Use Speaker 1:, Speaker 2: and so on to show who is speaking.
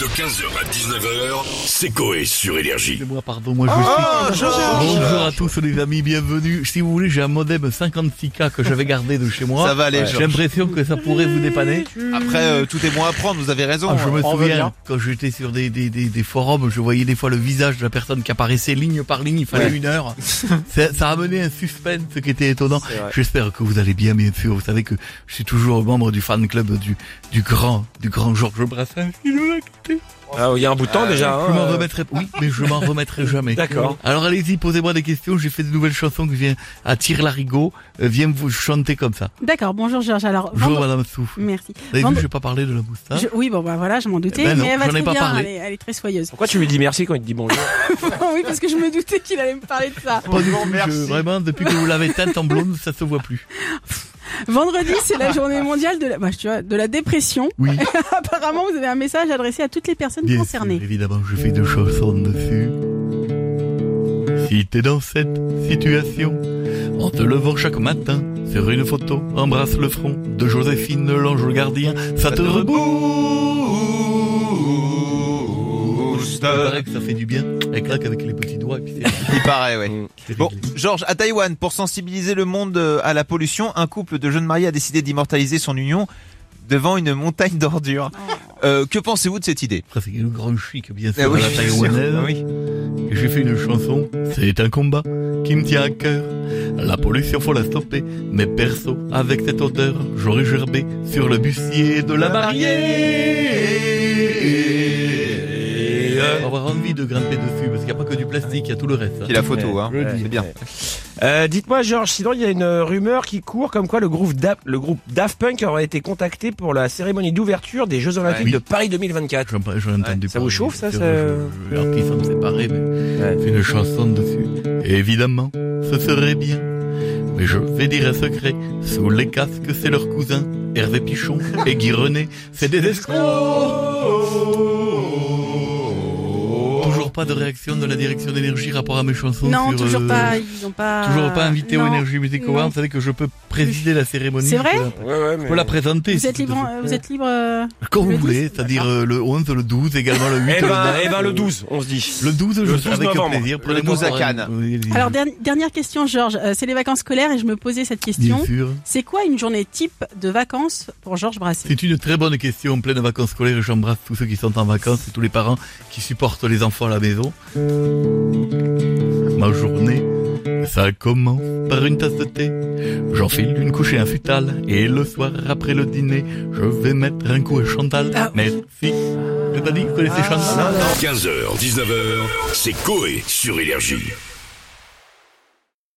Speaker 1: De 15h à 19h, c'est Coé sur Énergie.
Speaker 2: C'est moi, pardon, moi je
Speaker 3: Ah,
Speaker 2: suis.
Speaker 3: Georges
Speaker 2: Bonjour à tous les amis, bienvenue. Si vous voulez, j'ai un modem 56K que j'avais gardé de chez moi.
Speaker 3: Ça va aller,
Speaker 2: J'ai
Speaker 3: Georges.
Speaker 2: l'impression que ça pourrait vous dépanner.
Speaker 3: Après, euh, tout est bon à prendre, vous avez raison.
Speaker 2: Ah, je me
Speaker 3: On veut bien.
Speaker 2: souviens, quand j'étais sur des, des, des, des forums, je voyais des fois le visage de la personne qui apparaissait ligne par ligne, il fallait une heure. ça, ça a amené un suspense qui était étonnant. J'espère que vous allez bien, bien sûr. Vous savez que je suis toujours membre du fan club du, du grand, du grand Georges Brassens. Il nous a quittés.
Speaker 4: Ah, il y a un bout de temps déjà.
Speaker 2: Je
Speaker 4: hein,
Speaker 2: m'en
Speaker 4: euh,
Speaker 2: remettrai, oui, mais je m'en remettrai jamais.
Speaker 4: D'accord.
Speaker 2: Alors allez-y, posez-moi des questions. J'ai fait de nouvelles chansons que vient à Tire Larigot. Euh, viens vous chanter comme ça.
Speaker 5: D'accord, bonjour Georges. Alors,
Speaker 2: Bonjour
Speaker 5: vendre-
Speaker 2: Madame Souf.
Speaker 5: Merci.
Speaker 2: Vous avez vu,
Speaker 5: Vendre-
Speaker 2: je vais pas parler de la moustache.
Speaker 5: Je- Oui, bon, bah voilà, je m'en doutais,
Speaker 2: Eh ben non,
Speaker 5: mais elle va
Speaker 2: j'en ai
Speaker 5: très
Speaker 2: pas
Speaker 5: bien,
Speaker 2: parlé.
Speaker 5: Elle, est, elle est très soyeuse.
Speaker 4: Pourquoi tu lui dis merci quand il te dit bonjour
Speaker 5: oui, parce que je me doutais qu'il allait me parler de ça.
Speaker 2: Pas du tout, je- vraiment, depuis que vous l'avez teinte en blonde, ça se voit plus.
Speaker 5: Vendredi, c'est la journée mondiale de la, bah, tu vois, de la dépression.
Speaker 2: Oui.
Speaker 5: Apparemment, vous avez un message adressé à toutes les personnes
Speaker 2: Bien
Speaker 5: concernées.
Speaker 2: sûr, évidemment, je fais deux chansons dessus. Si t'es dans cette situation, en te levant chaque matin, sur une photo, embrasse le front de Joséphine, l'ange gardien, ça, te
Speaker 3: Boost.
Speaker 2: Il paraît que ça fait du bien. Elle claque avec les petits doigts et puis c'est-
Speaker 3: Il paraît, ouais.
Speaker 2: c'est
Speaker 3: Bon,
Speaker 2: réglé.
Speaker 3: Georges, à Taïwan, pour sensibiliser le monde euh, à la pollution, un couple de jeunes mariés a décidé d'immortaliser son union devant une montagne d'ordures. Euh, que pensez-vous de cette idée
Speaker 2: Après, c'est le grand chic, bien sûr,
Speaker 3: Eh oui,
Speaker 2: à la
Speaker 3: bien sûr.
Speaker 2: taïwanaise.
Speaker 3: Ah oui.
Speaker 2: Et J'ai fait une chanson, c'est un combat qui me tient à cœur. La pollution, faut la stopper. Mais perso, avec cette odeur, j'aurais gerbé sur le bustier de la mariée. Faut avoir envie de grimper dessus, parce qu'il n'y a pas que du plastique, il y a tout le reste. hein.
Speaker 3: C'est la photo, hein.
Speaker 4: Ouais.
Speaker 3: C'est bien.
Speaker 4: Euh, Dites-moi, Georges, sinon il y a une euh, rumeur qui court comme quoi le groupe, Da- le groupe Daft Punk aurait été contacté pour la cérémonie d'ouverture des Jeux Olympiques
Speaker 2: Oui.
Speaker 4: de Paris 2024.
Speaker 2: J'en par- j'en ai entendu
Speaker 4: ça vous
Speaker 2: parler,
Speaker 4: chauffe, ça, euh,
Speaker 2: c'est
Speaker 4: ça-
Speaker 2: vrai, je- je- Alors qu'ils sont séparés, mais j'ai fait une chanson dessus. Évidemment, ce serait bien. Mais je vais dire un secret. Sous les casques, c'est leur cousin. Hervé Pichon et Guy René, c'est des escrocs.
Speaker 4: Oh.
Speaker 2: Toujours pas de réaction de la direction d'énergie rapport à mes chansons.
Speaker 5: Non,
Speaker 2: sur,
Speaker 5: toujours
Speaker 2: euh,
Speaker 5: pas. Ils ont pas.
Speaker 2: Toujours pas invité
Speaker 5: Non.
Speaker 2: au Energy Music
Speaker 5: non.
Speaker 2: Awards. Vous savez que je peux présider la cérémonie.
Speaker 5: C'est vrai
Speaker 2: Je peux la-
Speaker 4: Ouais, ouais,
Speaker 2: Je peux la présenter.
Speaker 5: Vous
Speaker 2: si
Speaker 5: êtes libre.
Speaker 2: vous-
Speaker 5: euh, Vous êtes libre. euh,
Speaker 2: Quand vous
Speaker 5: le
Speaker 2: voulez,
Speaker 5: 10,
Speaker 2: c'est-à-dire euh, le 11, le 12, également le 8,
Speaker 4: Eh
Speaker 2: le
Speaker 4: ben,
Speaker 2: 9,
Speaker 4: eh ben, le
Speaker 2: euh,
Speaker 4: 12, on se dit.
Speaker 2: le 12, je
Speaker 4: Le
Speaker 2: serai
Speaker 4: 12
Speaker 2: avec
Speaker 4: novembre.
Speaker 2: plaisir.
Speaker 3: Le
Speaker 2: Prenez-moi
Speaker 3: 12 à
Speaker 2: pour un-
Speaker 3: Cannes.
Speaker 2: Oui, allez-y.
Speaker 5: Alors derni- dernière question, Georges. Euh, c'est les vacances scolaires et je me posais cette question.
Speaker 2: Bien sûr.
Speaker 5: C'est quoi une journée type de vacances pour Georges Brassé
Speaker 2: C'est une très bonne question, pleine de vacances scolaires. et J'embrasse tous ceux qui sont en vacances et tous les parents qui supportent les enfants à la maison. Ma journée, ça commence par une tasse de thé. J'enfile une couche et un futal. Et le soir, après le dîner, je vais mettre un coup à Chantal.
Speaker 5: Ah.
Speaker 2: Merci. Je t'ai pas dit que vous connaissez Chantal
Speaker 1: 15h, 19h, c'est Coé sur Énergie.